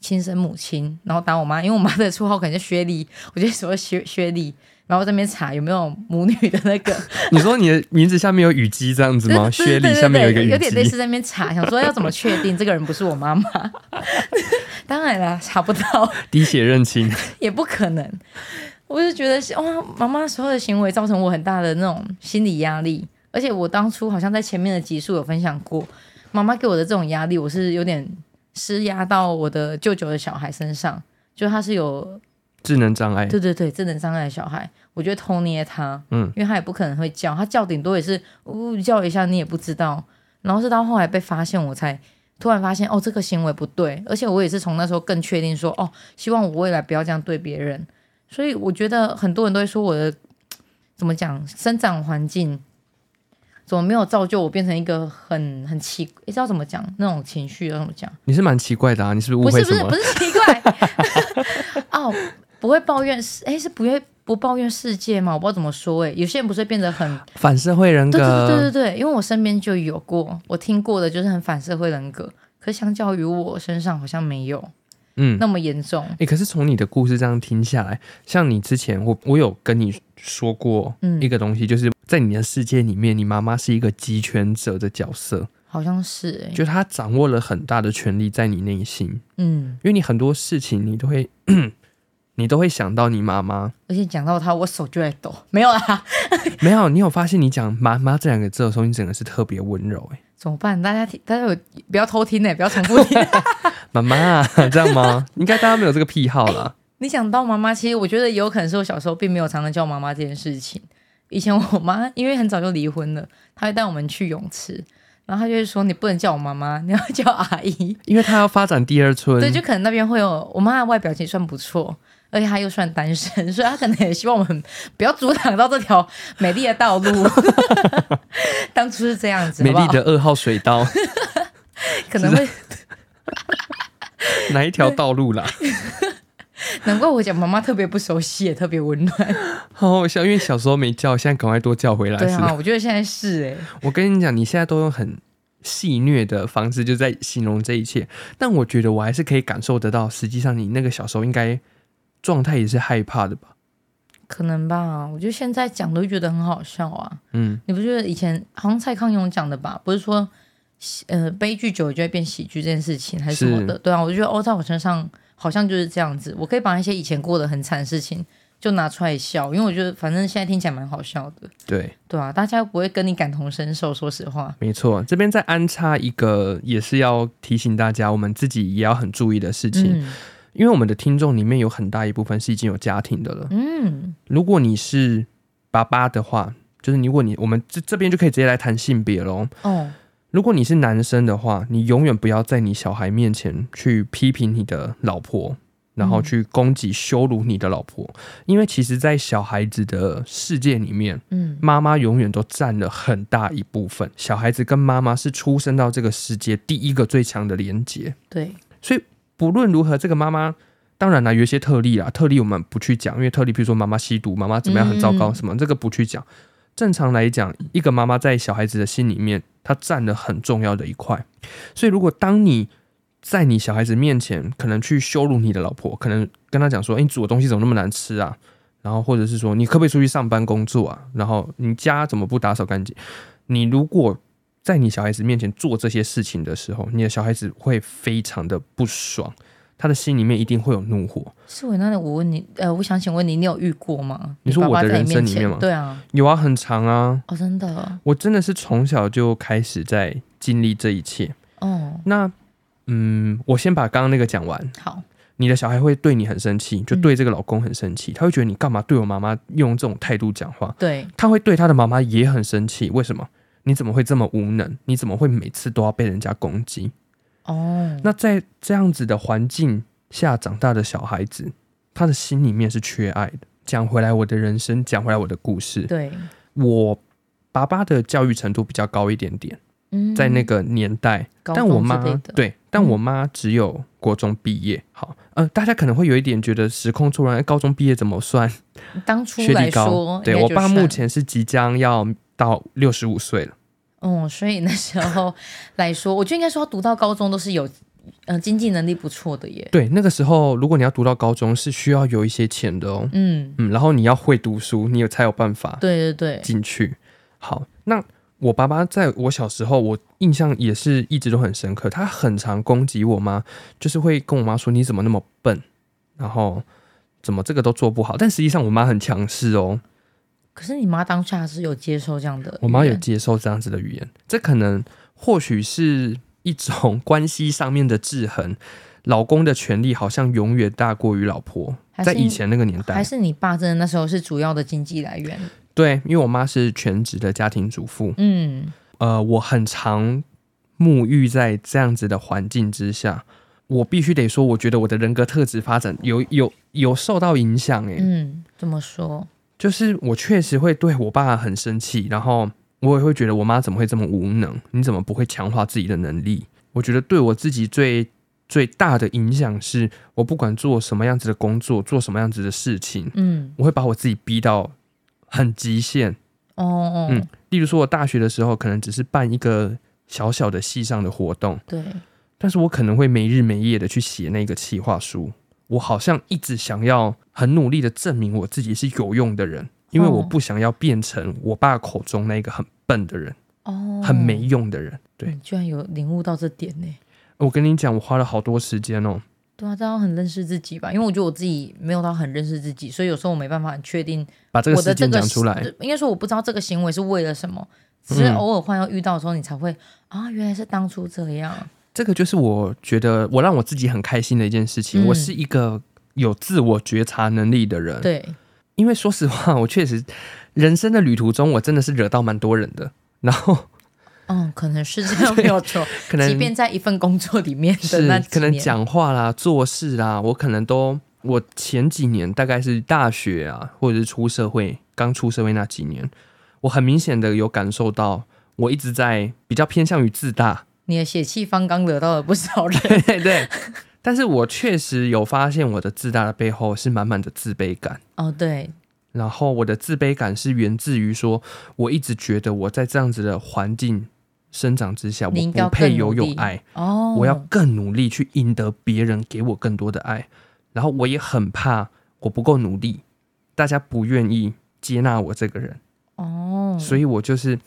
[SPEAKER 2] 亲生母亲，然后打我妈，因为我妈的绰号可能叫薛丽，我就说薛薛丽，然后这边查有没有母女的那 个，
[SPEAKER 1] 你说你的名字下面有雨姬这样子吗？
[SPEAKER 2] 就是
[SPEAKER 1] 薛
[SPEAKER 2] 对
[SPEAKER 1] 丽
[SPEAKER 2] 对
[SPEAKER 1] 下面有一个
[SPEAKER 2] 对
[SPEAKER 1] 雨
[SPEAKER 2] 有点类
[SPEAKER 1] 姬，
[SPEAKER 2] 似在那边查，想说要怎么确定这个人不是我妈 妈？当然啦，查不到，
[SPEAKER 1] 滴血认亲。
[SPEAKER 2] 也不可能。我就觉得是哇，妈妈所有的行为造成我很大的那种心理压力，而且我当初好像在前面的集数有分享过，妈妈给我的这种压力，我是有点施压到我的舅舅的小孩身上，就他是有
[SPEAKER 1] 智能障碍，
[SPEAKER 2] 对对对智能障碍的小孩，我就会偷捏他，
[SPEAKER 1] 嗯，
[SPEAKER 2] 因为他也不可能会叫，他叫顶多也是呜、叫一下，你也不知道，然后是到后来被发现，我才突然发现哦，这个行为不对，而且我也是从那时候更确定说哦，希望我未来不要这样对别人，所以我觉得很多人都会说我的怎么讲生长环境。怎么没有造就我变成一个很很奇，你知道怎么讲那种情绪要怎么讲？
[SPEAKER 1] 你是蛮奇怪的啊，你是不是误
[SPEAKER 2] 不
[SPEAKER 1] 会
[SPEAKER 2] 是
[SPEAKER 1] 什
[SPEAKER 2] 不
[SPEAKER 1] 么？
[SPEAKER 2] 是不是奇怪 哦，不会抱怨世，哎，是不会不抱怨世界吗？我不知道怎么说哎，有些人不是会变得很
[SPEAKER 1] 反社会人
[SPEAKER 2] 对对对对
[SPEAKER 1] 格，
[SPEAKER 2] 对，因为我身边就有过，我听过的就是很反社会人格，可相较于我身上好像没有
[SPEAKER 1] 嗯。
[SPEAKER 2] 那么严重。
[SPEAKER 1] 哎、可是从你的故事这样听下来，像你之前，我我有跟你说过
[SPEAKER 2] 嗯
[SPEAKER 1] 一个东西，就是在你的世界里面，你妈妈是一个集权者的角色，
[SPEAKER 2] 好像是哎，
[SPEAKER 1] 就她掌握了很大的权力在你内心，因
[SPEAKER 2] 嗯，
[SPEAKER 1] 为你很多事情你都会， 你都会想到你妈妈。
[SPEAKER 2] 而且讲到他，我手就在抖，没有啦，
[SPEAKER 1] 没有，你有发现你讲妈妈这两个字的时候，你整个是特别温柔、欸，
[SPEAKER 2] 怎么办？大家听，大家有不要偷听呢，欸不要重复听。
[SPEAKER 1] 妈妈 这样吗？应该大家没有这个癖好啦。
[SPEAKER 2] 你讲到妈妈，其实我觉得有可能是我小时候并没有常常叫妈妈这件事情。以前我妈因为很早就离婚了，她会带我们去泳池，然后她就会说：“你不能叫我妈妈，你要叫阿姨。
[SPEAKER 1] 因为她要发展第二”春，
[SPEAKER 2] 对，就可能那边会有我妈的外表其实算不错，而且她又算单身，所以她可能也希望我们不要阻挡到这条美丽的道 路。当初是这样子，
[SPEAKER 1] 美
[SPEAKER 2] 好不
[SPEAKER 1] 丽
[SPEAKER 2] 好
[SPEAKER 1] 的二号水道
[SPEAKER 2] 可能会
[SPEAKER 1] 哪一条道路 啦？
[SPEAKER 2] 难怪我讲妈妈特别不熟悉，也特别 温暖。
[SPEAKER 1] 好好笑，因为小时候没叫，现在赶快多叫回来。
[SPEAKER 2] 对
[SPEAKER 1] 是吧
[SPEAKER 2] 啊，我觉得现在是哎、
[SPEAKER 1] 我跟你讲，你现在都用很戏谑的方式就在形容这一切，但我觉得我还是可以感受得到，实际上你那个小时候应该状态也是害怕的吧？
[SPEAKER 2] 可能吧，我觉得现在讲都觉得很好笑啊。
[SPEAKER 1] 嗯，
[SPEAKER 2] 你不觉得以前好像蔡康永讲的吧？不是说，呃，悲剧久了就会变喜剧这件事情还是什么的？对啊，我就觉得哦，在我身上好像就是这样子，我可以把一些以前过得很惨的事情就拿出来笑，因为我觉得反正现在听起来蛮好笑的，
[SPEAKER 1] 对，
[SPEAKER 2] 对啊，大家又不会跟你感同身受，说实话，
[SPEAKER 1] 没错。这边再安插一个，也是要提醒大家，我们自己也要很注意的事情，
[SPEAKER 2] 嗯
[SPEAKER 1] 因为我们的听众里面有很大一部分是已经有家庭的了。
[SPEAKER 2] 嗯，
[SPEAKER 1] 如果你是爸爸的话，就是如果你我们这这边就可以直接来谈性别喽。
[SPEAKER 2] 哦，
[SPEAKER 1] 如果你是男生的话，你永远不要在你小孩面前去批评你的老婆，然后去攻击、羞辱你的老婆，因为其实，在小孩子的世界里面，
[SPEAKER 2] 嗯
[SPEAKER 1] 妈妈永远都占了很大一部分。小孩子跟妈妈是出生到这个世界第一个最强的连接，
[SPEAKER 2] 对，
[SPEAKER 1] 所以不论如何，这个妈妈。当然啦，有一些特例啦，特例我们不去讲，因为特例，比如说妈妈吸毒，妈妈怎么样很糟糕，
[SPEAKER 2] 嗯
[SPEAKER 1] 什么这个不去讲。正常来讲，一个妈妈在小孩子的心里面，她占了很重要的一块。所以，如果当你在你小孩子面前可能去羞辱你的老婆，可能跟她讲说：“哎、你煮的东西怎么那么难吃啊？”然后或者是说：“你可不可以出去上班工作啊？”然后你家怎么不打扫干净？你如果在你小孩子面前做这些事情的时候，你的小孩子会非常的不爽，他的心里面一定会有怒火。
[SPEAKER 2] 是我那我问你，呃，我想请问你，你有遇过吗？
[SPEAKER 1] 你说
[SPEAKER 2] 爸爸
[SPEAKER 1] 我的
[SPEAKER 2] 在
[SPEAKER 1] 人
[SPEAKER 2] 你
[SPEAKER 1] 生
[SPEAKER 2] 面
[SPEAKER 1] 里面
[SPEAKER 2] 前
[SPEAKER 1] 吗
[SPEAKER 2] 对啊，
[SPEAKER 1] 有啊，很长啊。
[SPEAKER 2] 哦，真的，
[SPEAKER 1] 我真的是从小就开始在经历这一切。
[SPEAKER 2] 哦，
[SPEAKER 1] 那，嗯，我先把刚刚那个讲完。
[SPEAKER 2] 好，
[SPEAKER 1] 你的小孩会对你很生气，就对这个老公很生气，他会觉得你干嘛对我妈妈用这种态度讲话？
[SPEAKER 2] 对，
[SPEAKER 1] 他会对他的妈妈也很生气，为什么？你怎么会这么无能？你怎么会每次都要被人家攻击？
[SPEAKER 2] 哦，
[SPEAKER 1] 那在这样子的环境下长大的小孩子，他的心里面是缺爱的。讲回来我的人生，讲回来我的故事，
[SPEAKER 2] 对，
[SPEAKER 1] 我爸爸的教育程度比较高一点点，
[SPEAKER 2] 嗯，
[SPEAKER 1] 在那个年代，
[SPEAKER 2] 高
[SPEAKER 1] 但我
[SPEAKER 2] 中之
[SPEAKER 1] 妈
[SPEAKER 2] 类的，嗯
[SPEAKER 1] 对，但我妈只有国中毕业。好，呃，大家可能会有一点觉得时空错乱，高中毕业怎么算
[SPEAKER 2] 当初
[SPEAKER 1] 学
[SPEAKER 2] 来
[SPEAKER 1] 历
[SPEAKER 2] 说
[SPEAKER 1] 高？，对
[SPEAKER 2] 应该
[SPEAKER 1] 我
[SPEAKER 2] 就
[SPEAKER 1] 爸
[SPEAKER 2] 算
[SPEAKER 1] 目，前是即将要到六十五岁了，
[SPEAKER 2] 嗯，所以那时候来说，我觉得应该说他读到高中都是有，呃，经济能力不错的耶，
[SPEAKER 1] 对，那个时候如果你要读到高中是需要有一些钱的哦，
[SPEAKER 2] 嗯，
[SPEAKER 1] 嗯，然后你要会读书，你有才有办法
[SPEAKER 2] 对对对，
[SPEAKER 1] 进去。好，那我爸爸在我小时候，我印象也是一直都很深刻。他很常攻击我妈，就是会跟我妈说：“你怎么那么笨？然后怎么这个都做不好？”但实际上，我妈很强势哦，
[SPEAKER 2] 可是你妈当下是有接受这样的语言，
[SPEAKER 1] 我妈有接受这样子的语言。这可能或许是一种 关系上面的制衡，老公的权利好像永远大过于老婆，
[SPEAKER 2] 还
[SPEAKER 1] 在
[SPEAKER 2] 是
[SPEAKER 1] 以前那个年代
[SPEAKER 2] 还，是你爸真的那时候是主要的经济来源，
[SPEAKER 1] 对，因为我妈是全职的家庭主妇，
[SPEAKER 2] 嗯，
[SPEAKER 1] 呃，我很常沐浴在这样子的环境之下，我必须得说，我觉得我的人格特质发展有有有受到影响诶、
[SPEAKER 2] 嗯，怎么说？
[SPEAKER 1] 就是我确实会对我爸很生气，然后我也会觉得我妈怎么会这么无能？你怎么不会强化自己的能力？我觉得对我自己最最大的影响是，我不管做什么样子的工作，做什么样子的事情，
[SPEAKER 2] 嗯，
[SPEAKER 1] 我会把我自己逼到很极限，
[SPEAKER 2] 哦哦，
[SPEAKER 1] 嗯例如说，我大学的时候可能只是办一个小小的系上的活动，
[SPEAKER 2] 对，
[SPEAKER 1] 但是我可能会没日没夜的去写那个企划书。我好像一直想要很努力的证明我自己是有用的人，因为
[SPEAKER 2] 哦
[SPEAKER 1] 我不想要变成我爸口中那个很笨的人、
[SPEAKER 2] 哦，
[SPEAKER 1] 很没用的人。对
[SPEAKER 2] 你居然有领悟到这点呢？
[SPEAKER 1] 我跟你讲，我花了好多时间哦。
[SPEAKER 2] 对啊，这样很认识自己吧？因为我觉得我自己没有到很认识自己，所以有时候我没办法很确定
[SPEAKER 1] 把这个
[SPEAKER 2] 我
[SPEAKER 1] 事
[SPEAKER 2] 的这
[SPEAKER 1] 件
[SPEAKER 2] 个
[SPEAKER 1] 讲出来，
[SPEAKER 2] 应该说我不知道这个行为是为了什么，只是
[SPEAKER 1] 嗯
[SPEAKER 2] 偶尔换要遇到的时候，你才会啊，原来是当初这样。
[SPEAKER 1] 这个就是我觉得我让我自己很开心的一件事情。
[SPEAKER 2] 嗯
[SPEAKER 1] 我是一个有自我觉察能力的人，
[SPEAKER 2] 对，
[SPEAKER 1] 因为说实话， 我确实人生的旅途中，我真的是惹到蛮多人的。然后
[SPEAKER 2] 嗯，可能是这 样没有错。
[SPEAKER 1] 可能
[SPEAKER 2] 即便在一份工作里面的
[SPEAKER 1] 是
[SPEAKER 2] 那几
[SPEAKER 1] 可能
[SPEAKER 2] 年，
[SPEAKER 1] 讲话啦、做事啦，我可能都我前几年大概是大学啊，或者是出社会刚出社会那几年，我很明显的有感受到，我一直在比较偏向于自大，
[SPEAKER 2] 你的血气方刚惹到了不少人。
[SPEAKER 1] 对对对。 但是我确实有发现，我的自大的背后是满满的自卑感。
[SPEAKER 2] 哦，对，
[SPEAKER 1] 然后我的自卑感是源自于说，我一直觉得我在这样子的环境生长之下，我
[SPEAKER 2] 你应
[SPEAKER 1] 不
[SPEAKER 2] 该要
[SPEAKER 1] 配
[SPEAKER 2] 更
[SPEAKER 1] 拥
[SPEAKER 2] 努
[SPEAKER 1] 有
[SPEAKER 2] 力
[SPEAKER 1] 爱，
[SPEAKER 2] 哦，
[SPEAKER 1] 我要更努力去赢得别人给我更多的爱。然后我也很怕我不够努力，大家不愿意接纳我这个人，
[SPEAKER 2] 哦，
[SPEAKER 1] 所以我就是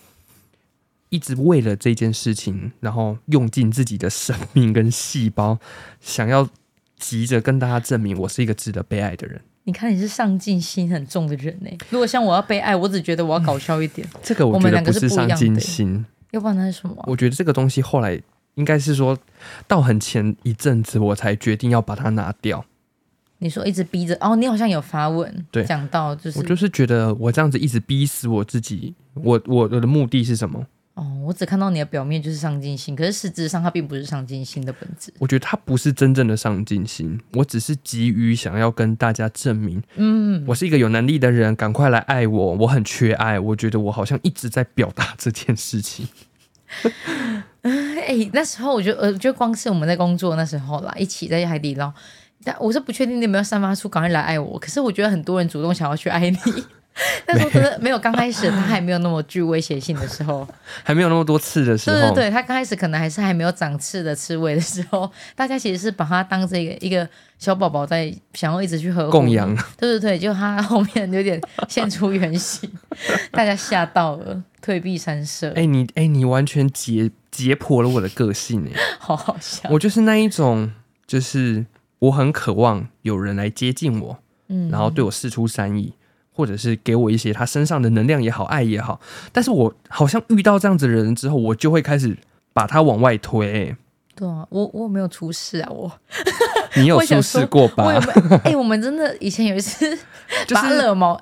[SPEAKER 1] 一直为了这件事情，然后用尽自己的生命跟细胞，想要急着跟大家证明我是一个值得被爱的人。
[SPEAKER 2] 你看你是上进心很重的人呢。如果像我要被爱，我只觉得我要搞笑一 点，
[SPEAKER 1] 这个我
[SPEAKER 2] 我
[SPEAKER 1] 觉
[SPEAKER 2] 们
[SPEAKER 1] 得
[SPEAKER 2] 两个
[SPEAKER 1] 是
[SPEAKER 2] 是不一
[SPEAKER 1] 上
[SPEAKER 2] 样
[SPEAKER 1] 进
[SPEAKER 2] 的
[SPEAKER 1] 心。
[SPEAKER 2] 要不然那是什么啊？
[SPEAKER 1] 我觉得这个东西后来应该是说到很前一阵子，我才决定要把它拿掉。
[SPEAKER 2] 你说一直逼着哦，你好像有发文
[SPEAKER 1] 对
[SPEAKER 2] 讲到就是
[SPEAKER 1] 我就是觉得我这样子一直逼死我自己，我我我的目的是什么？
[SPEAKER 2] 哦，我只看到你的表面就是上进心，可是实质上它并不是上进心的本质。
[SPEAKER 1] 我觉得它不是真正的上进心，我只是急于想要跟大家证明，
[SPEAKER 2] 嗯，
[SPEAKER 1] 我是一个有能力的人，赶快来爱我，我很缺爱。我觉得我好像一直在表达这件事情。
[SPEAKER 2] 哎、那时候我觉得，呃，就光是我们在工作那时候啦，一起在海底捞，但我是不确定你有没有散发出赶快来爱我，可是我觉得很多人主动想要去爱你， 但是我真的没有刚开始，他还没有那么具威胁性的时候，
[SPEAKER 1] 还没有那么多次的时
[SPEAKER 2] 对
[SPEAKER 1] 候，
[SPEAKER 2] 对对，他刚开始可能还是还没有长刺的刺猬的时候，大家其实是把它当这个一个小宝宝在想要一直去呵护
[SPEAKER 1] 供养，
[SPEAKER 2] 对对对，就他后面有点现出原形， 大家吓到了，退避三舍，
[SPEAKER 1] 哎、你哎、你完全解解剖了我的个性哎、
[SPEAKER 2] 好好笑。
[SPEAKER 1] 我就是那一种，就是我很渴望有人来接近我，
[SPEAKER 2] 嗯
[SPEAKER 1] 然后对我示出善意，或者是给我一些他身上的能量也好，爱也好。但是我好像遇到这样子的人之后，我就会开始把他往外推、欸
[SPEAKER 2] 对啊，我我没有出事啊，我
[SPEAKER 1] 你有
[SPEAKER 2] 我想
[SPEAKER 1] 出
[SPEAKER 2] 说
[SPEAKER 1] 事过吧？
[SPEAKER 2] 我有没 有？哎、我们真的以前有一次
[SPEAKER 1] 就是
[SPEAKER 2] 把惹毛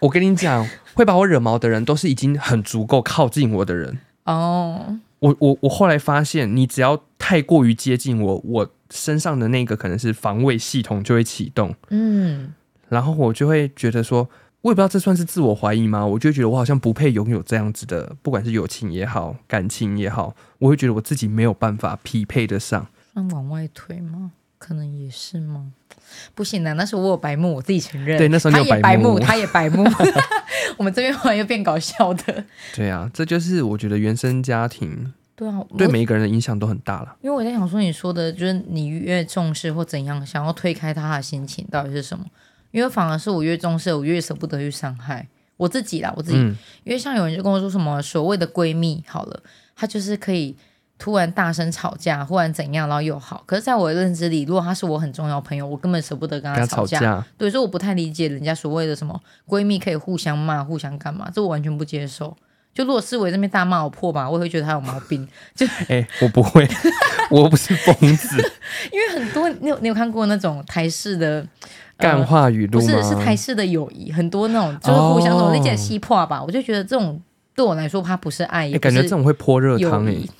[SPEAKER 1] 我跟你讲，会把我惹毛的人，都是已经很足够靠近我的人。
[SPEAKER 2] 哦，
[SPEAKER 1] 我我我后来发现，你只要太过于接近我，我身上的那个可能是防卫系统就会启动，
[SPEAKER 2] 嗯，
[SPEAKER 1] 然后我就会觉得说，我也不知道这算是自我怀疑吗？我就会觉得我好像不配拥有这样子的，不管是友情也好，感情也好，我会觉得我自己没有办法匹配得上。
[SPEAKER 2] 算往外推吗？可能也是吗？不行啊的，那时候我有白目，我自己承认。
[SPEAKER 1] 对那时候你有
[SPEAKER 2] 他也
[SPEAKER 1] 白
[SPEAKER 2] 白
[SPEAKER 1] 目
[SPEAKER 2] 他也白目。 我们这边忽然又变搞笑的。
[SPEAKER 1] 对啊，这就是我觉得原生家庭
[SPEAKER 2] 对啊，我
[SPEAKER 1] 对每一个人的影响都很大了。
[SPEAKER 2] 因为我在想说，你说的就是你越重视或怎样，想要推开他的心情到底是什么？因为反而是我越重视，我越舍不得去伤害我自己啦，我自己。
[SPEAKER 1] 嗯，
[SPEAKER 2] 因为像有人就跟我说什么所谓的闺蜜，好了，她就是可以突然大声吵架，忽然怎样，然后又好。可是在我的认知里，如果她是我很重要的朋友，我根本舍不得跟
[SPEAKER 1] 跟他
[SPEAKER 2] 她吵
[SPEAKER 1] 吵
[SPEAKER 2] 架。
[SPEAKER 1] 架，
[SPEAKER 2] 对，所以我不太理解人家所谓的什么闺蜜可以互相骂、互相干嘛，这我完全不接受。就如果思维这边大骂我破吧，我也会觉得她有毛病。
[SPEAKER 1] 哎、我不会， 我不是疯子。
[SPEAKER 2] 因为很多你有你有看过那种台式的 呃
[SPEAKER 1] 干话语录
[SPEAKER 2] 不
[SPEAKER 1] 吗？
[SPEAKER 2] 是，是台式的友谊，很多那种就是互相
[SPEAKER 1] 哦
[SPEAKER 2] 说你姐西破吧，我就觉得这种对我来说，它不是爱，
[SPEAKER 1] 哎、
[SPEAKER 2] 也不
[SPEAKER 1] 感觉
[SPEAKER 2] 是
[SPEAKER 1] 这种会泼热汤
[SPEAKER 2] 友
[SPEAKER 1] 哎
[SPEAKER 2] 谊，，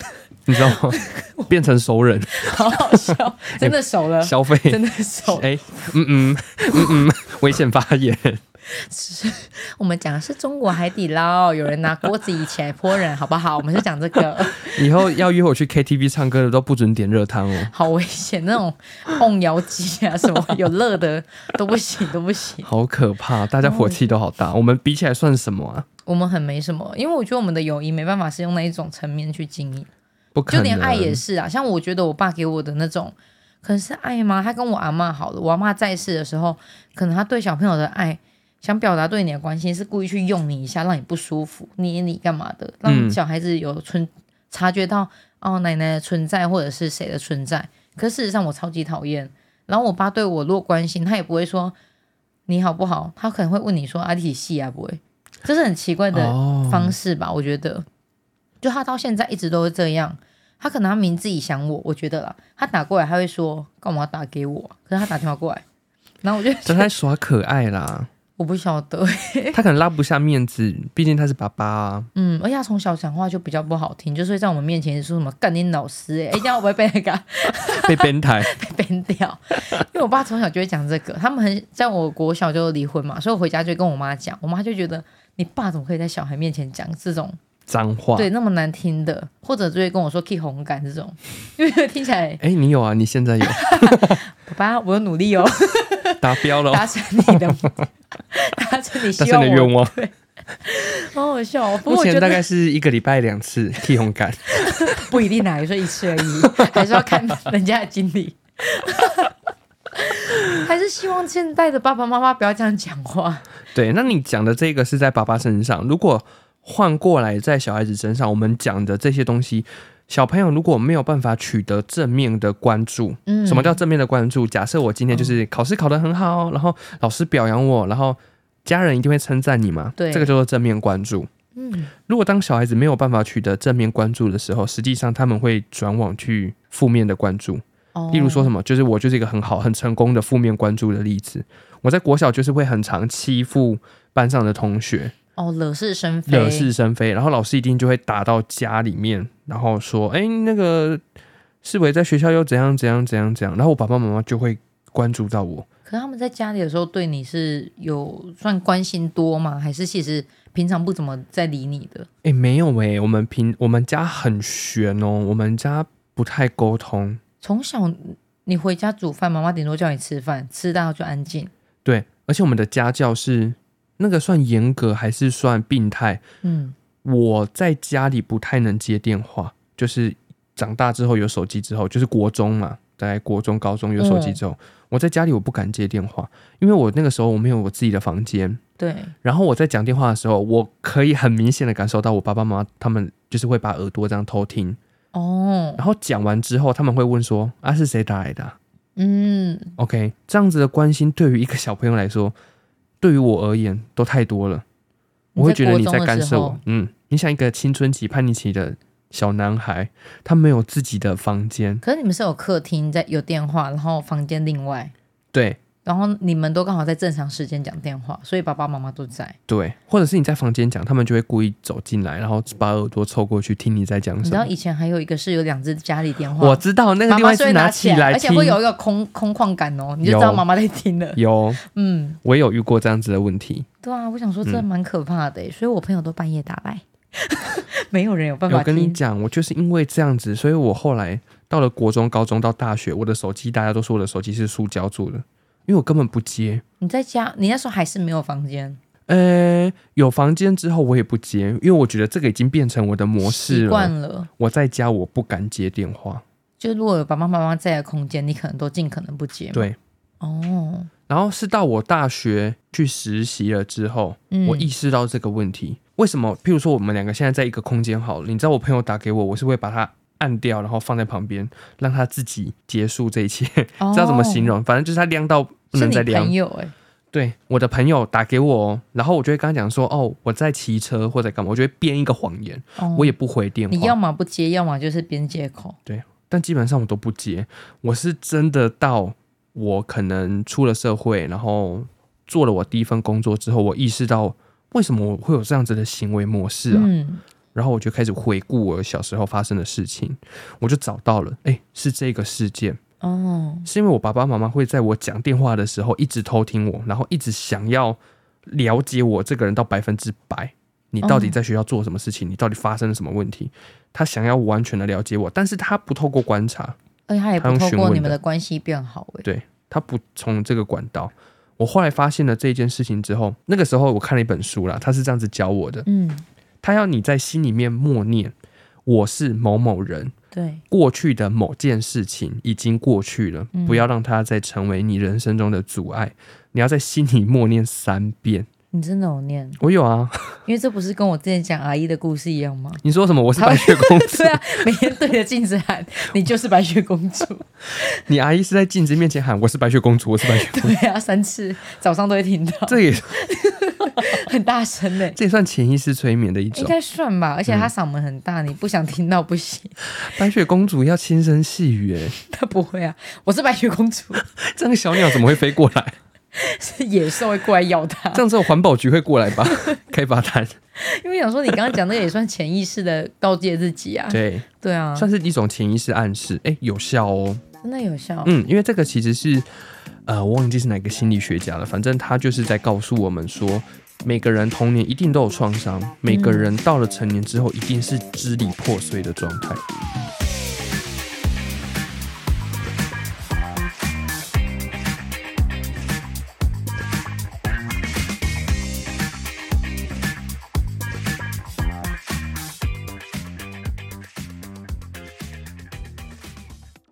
[SPEAKER 1] 你知道吗？ 变成熟人
[SPEAKER 2] 好好 笑，真的熟了，
[SPEAKER 1] 消费，
[SPEAKER 2] 真的熟。
[SPEAKER 1] 哎、嗯嗯嗯嗯，危险发言，
[SPEAKER 2] 我们讲的是中国海底捞，有人拿锅子以前泼人，好不好？我们是讲这个，
[SPEAKER 1] 以后要约我去 KTV 唱歌的都不准点热汤哦，
[SPEAKER 2] 好危险，那种瓮窑鸡啊什么有乐的都不行，都不行。
[SPEAKER 1] 好可怕，大家火气都好
[SPEAKER 2] 嗯
[SPEAKER 1] 大。我们比起来算什么啊？
[SPEAKER 2] 我们很没什么，因为我觉得我们的友谊没办法是用那一种层面去经营。
[SPEAKER 1] 不可
[SPEAKER 2] 就
[SPEAKER 1] 能，
[SPEAKER 2] 连爱也是啊。像我觉得我爸给我的那种，可能是爱吗？他跟我阿嬷好了，我阿嬷在世的时候，可能他对小朋友的爱，想表达对你的关心，是故意去用你一下，让你不舒服，捏你干嘛的，
[SPEAKER 1] 嗯
[SPEAKER 2] 让小孩子有存察觉到哦奶奶的存在，或者是谁的存在。可事实上，我超级讨厌。然后我爸对我若关心，他也不会说你好不好，他可能会问你说阿体系啊，不会，这是很奇怪的
[SPEAKER 1] 哦
[SPEAKER 2] 方式吧？我觉得，就他到现在一直都是这样。他可能他明自己想我，我觉得啦，他打过来他会说干嘛打给我啊？可是他打电话过来，然后我就
[SPEAKER 1] 这在耍可爱啦。
[SPEAKER 2] 我不晓得，
[SPEAKER 1] 他可能拉不下面子，毕竟他是爸爸啊。
[SPEAKER 2] 嗯，而且他从小讲话就比较不好听，就是会在我们面前说什么干你老师、欸，哎、这样会不会被那个啊
[SPEAKER 1] 被编台，
[SPEAKER 2] 被编掉？ 因为我爸从小就会讲这个，他们很在我国小就离婚嘛，所以我回家就跟我妈讲，我妈就觉得你爸怎么可以在小孩面前讲这种
[SPEAKER 1] 脏话。
[SPEAKER 2] 对那么难听的，或者就会跟我说 “k 红感”这种， 因为听起来
[SPEAKER 1] 哎、你有啊？你现在 有
[SPEAKER 2] 爸爸我有努力哦，
[SPEAKER 1] 达标了哦，
[SPEAKER 2] 达成你的 达成你
[SPEAKER 1] 达
[SPEAKER 2] 希
[SPEAKER 1] 成
[SPEAKER 2] 望
[SPEAKER 1] 你的
[SPEAKER 2] 我
[SPEAKER 1] 愿望。
[SPEAKER 2] 好好笑、哦。不过
[SPEAKER 1] 目
[SPEAKER 2] 我觉
[SPEAKER 1] 前大
[SPEAKER 2] 得
[SPEAKER 1] 概是一个礼拜两 次剃红感。
[SPEAKER 2] 不一定啦，有时候一次而已， 还是要看人家的经历。 还是希望现代的爸爸妈妈不要这样讲话。
[SPEAKER 1] 对，那你讲的这个是在爸爸身上，如果换过来在小孩子身上，我们讲的这些东西，小朋友如果没有办法取得正面的关注，
[SPEAKER 2] 嗯哦
[SPEAKER 1] 什么叫正面的关注？假设我今天就是考试考得很好，然后老师表扬我，然后家人一定会称赞你嘛，
[SPEAKER 2] 对
[SPEAKER 1] 这个叫做正面关注。
[SPEAKER 2] 嗯，
[SPEAKER 1] 如果当小孩子没有办法取得正面关注的时候，实际上他们会转往去负面的关注。
[SPEAKER 2] 哦
[SPEAKER 1] 例如说，什么，就是我就是一个很好、很成功的负面关注的例子。我在国小就是会很常欺负班上的同学，
[SPEAKER 2] 哦，惹是生非，
[SPEAKER 1] 惹是生非，然后老师一定就会打到家里面，然后说：“哎、那个世伟在学校又怎样怎样怎样怎样。”然后我爸爸妈妈就会关注到我。
[SPEAKER 2] 可是他们在家里的时候对你是有算关心多吗？还是其实平常不怎么在理你的？
[SPEAKER 1] 哎、没有哎、我们平我们家很悬哦，我们家不太沟通。
[SPEAKER 2] 从小你回家煮饭，妈妈顶多叫你吃饭，吃到就安静。
[SPEAKER 1] 对，而且我们的家教是那个算严格还是算病态？
[SPEAKER 2] 嗯，
[SPEAKER 1] 我在家里不太能接电话，就是长大之后有手机之后，就是国中嘛，在国中、高中有手机之后，我在家里我不敢接电话，因为我那个时候我没有我自己的房间，
[SPEAKER 2] 对，
[SPEAKER 1] 然后我在讲电话的时候，我可以很明显的感受到我爸爸妈妈他们就是会把耳朵这样偷听，
[SPEAKER 2] 哦，
[SPEAKER 1] 然后讲完之后他们会问说啊是谁打来的啊、
[SPEAKER 2] 嗯，
[SPEAKER 1] OK，这样子的关心对于一个小朋友来说，对于我而言都太多了。我会觉得你在干涉我。嗯，你像一个青春期叛逆期的小男孩，他没有自己的房间，
[SPEAKER 2] 可是你们是有客厅在有电话，然后房间另外，
[SPEAKER 1] 对
[SPEAKER 2] 然后你们都刚好在正常时间讲电话，所以爸爸妈妈都在。
[SPEAKER 1] 对，或者是你在房间讲，他们就会故意走进来，然后把耳朵凑过去听你在讲
[SPEAKER 2] 你
[SPEAKER 1] 什
[SPEAKER 2] 知道
[SPEAKER 1] 么。
[SPEAKER 2] 以前还有一个是有两只家里电话，
[SPEAKER 1] 我知道那个
[SPEAKER 2] 妈
[SPEAKER 1] 地
[SPEAKER 2] 妈
[SPEAKER 1] 方
[SPEAKER 2] 是会
[SPEAKER 1] 是
[SPEAKER 2] 拿
[SPEAKER 1] 起
[SPEAKER 2] 来，
[SPEAKER 1] 来
[SPEAKER 2] 而且
[SPEAKER 1] 听，
[SPEAKER 2] 会有一个空空旷感哦，你就知道
[SPEAKER 1] 有
[SPEAKER 2] 妈妈在听了。
[SPEAKER 1] 有
[SPEAKER 2] 嗯，
[SPEAKER 1] 我也有遇过这样子的问题。
[SPEAKER 2] 对啊，我想说这蛮可怕的耶、欸所以我朋友都半夜打来， 没有人有办
[SPEAKER 1] 我
[SPEAKER 2] 法
[SPEAKER 1] 跟你
[SPEAKER 2] 听。
[SPEAKER 1] 讲，我就是因为这样子，所以我后来到了国中、高中到大学，我的手机大家都说我的手机是塑胶做的，因为我根本不接。
[SPEAKER 2] 你在家，你那时候还是没有房间
[SPEAKER 1] 呃，有房间之后我也不接，因为我觉得这个已经变成我的模式
[SPEAKER 2] 习惯
[SPEAKER 1] 了。
[SPEAKER 2] 了，
[SPEAKER 1] 我在家我不敢接电话，
[SPEAKER 2] 就如果有爸爸妈妈在的空间，你可能都尽可能不接。
[SPEAKER 1] 对。
[SPEAKER 2] 哦，
[SPEAKER 1] 然后是到我大学去实习了之后，
[SPEAKER 2] 嗯，
[SPEAKER 1] 我意识到这个问题。为什么？譬如说我们两个现在在一个空间好了，你知道我朋友打给我，我是会把它按掉，然后放在旁边，让他自己结束这一切。
[SPEAKER 2] 知
[SPEAKER 1] 知道怎么形？容？反正就是他亮到不
[SPEAKER 2] 哦是
[SPEAKER 1] 能
[SPEAKER 2] 你
[SPEAKER 1] 再亮
[SPEAKER 2] 朋。友哎、
[SPEAKER 1] 对，我的朋友打给我哦，然后我就会跟他讲说，哦，我在骑车或者干嘛，我就会编一个谎言，
[SPEAKER 2] 哦
[SPEAKER 1] 我也不回电话。
[SPEAKER 2] 你要么不接，要么就是编借口。
[SPEAKER 1] 但基本上我都不接。我是真的到我可能出了社会，然后做了我第一份工作之后，我意识到为什么我会有这样子的行为模式啊。
[SPEAKER 2] 嗯，
[SPEAKER 1] 然后我就开始回顾我小时候发生的事情，我就找到了，哎，是这个事件，
[SPEAKER 2] 哦，
[SPEAKER 1] 是因为我爸爸妈妈会在我讲电话的时候一直偷听我，然后一直想要了解我这个人到百分之百。你到底
[SPEAKER 2] 哦
[SPEAKER 1] 在学校做什么事情？你到底发生了什么问题？他想要完全的了解我，但是他不透过观察，
[SPEAKER 2] 而且他也
[SPEAKER 1] 他
[SPEAKER 2] 不
[SPEAKER 1] 用
[SPEAKER 2] 透
[SPEAKER 1] 询
[SPEAKER 2] 过
[SPEAKER 1] 问
[SPEAKER 2] 你
[SPEAKER 1] 的
[SPEAKER 2] 们的关系变好哎、
[SPEAKER 1] 对他不从这个管道。我后来发现了这件事情之后，那个时候我看了一本书啦，他是这样子教我的：
[SPEAKER 2] 嗯，
[SPEAKER 1] 他要你在心里面默念，我是某某人，
[SPEAKER 2] 对，
[SPEAKER 1] 过去的某件事情已经过去了，
[SPEAKER 2] 嗯
[SPEAKER 1] 不要让它再成为你人生中的阻碍。你要在心里默念三遍。
[SPEAKER 2] 你真的有念，
[SPEAKER 1] 我有啊，
[SPEAKER 2] 因为这不是跟我之前讲阿姨的故事一样吗？
[SPEAKER 1] 你说什么？我是
[SPEAKER 2] 他
[SPEAKER 1] 白雪公主
[SPEAKER 2] 对。啊，每天对着镜子喊“你就是白雪公主
[SPEAKER 1] 你阿姨是在镜子面前喊我是白雪公主，我是白雪”，公主。
[SPEAKER 2] 对啊，三次，早上都会听到，
[SPEAKER 1] 这也
[SPEAKER 2] 很大声呢、
[SPEAKER 1] 这也算潜意识催眠的一
[SPEAKER 2] 应
[SPEAKER 1] 种。
[SPEAKER 2] 该算吧，而且
[SPEAKER 1] 嗯
[SPEAKER 2] 她嗓门很大，你不想听到不行。
[SPEAKER 1] 白雪公主要轻声细语，哎，
[SPEAKER 2] 她不会啊，我是白雪公主，
[SPEAKER 1] 这样小鸟怎么会飞过来？
[SPEAKER 2] 是野兽会过来咬她。
[SPEAKER 1] 这样之后环保局会过来吧？ 开罚单，
[SPEAKER 2] 因为想说你刚刚讲那个也算潜意识的告诫自己啊，
[SPEAKER 1] 对，
[SPEAKER 2] 对啊，
[SPEAKER 1] 算是一种潜意识暗示，哎、有效哦。
[SPEAKER 2] 真的有效。
[SPEAKER 1] 嗯，因为这个其实是，呃，我忘记是哪个心理学家了，反正他就是在告诉我们说，每个人童年一定都有创伤，每个人到了成年之后一定是支离破碎的状态。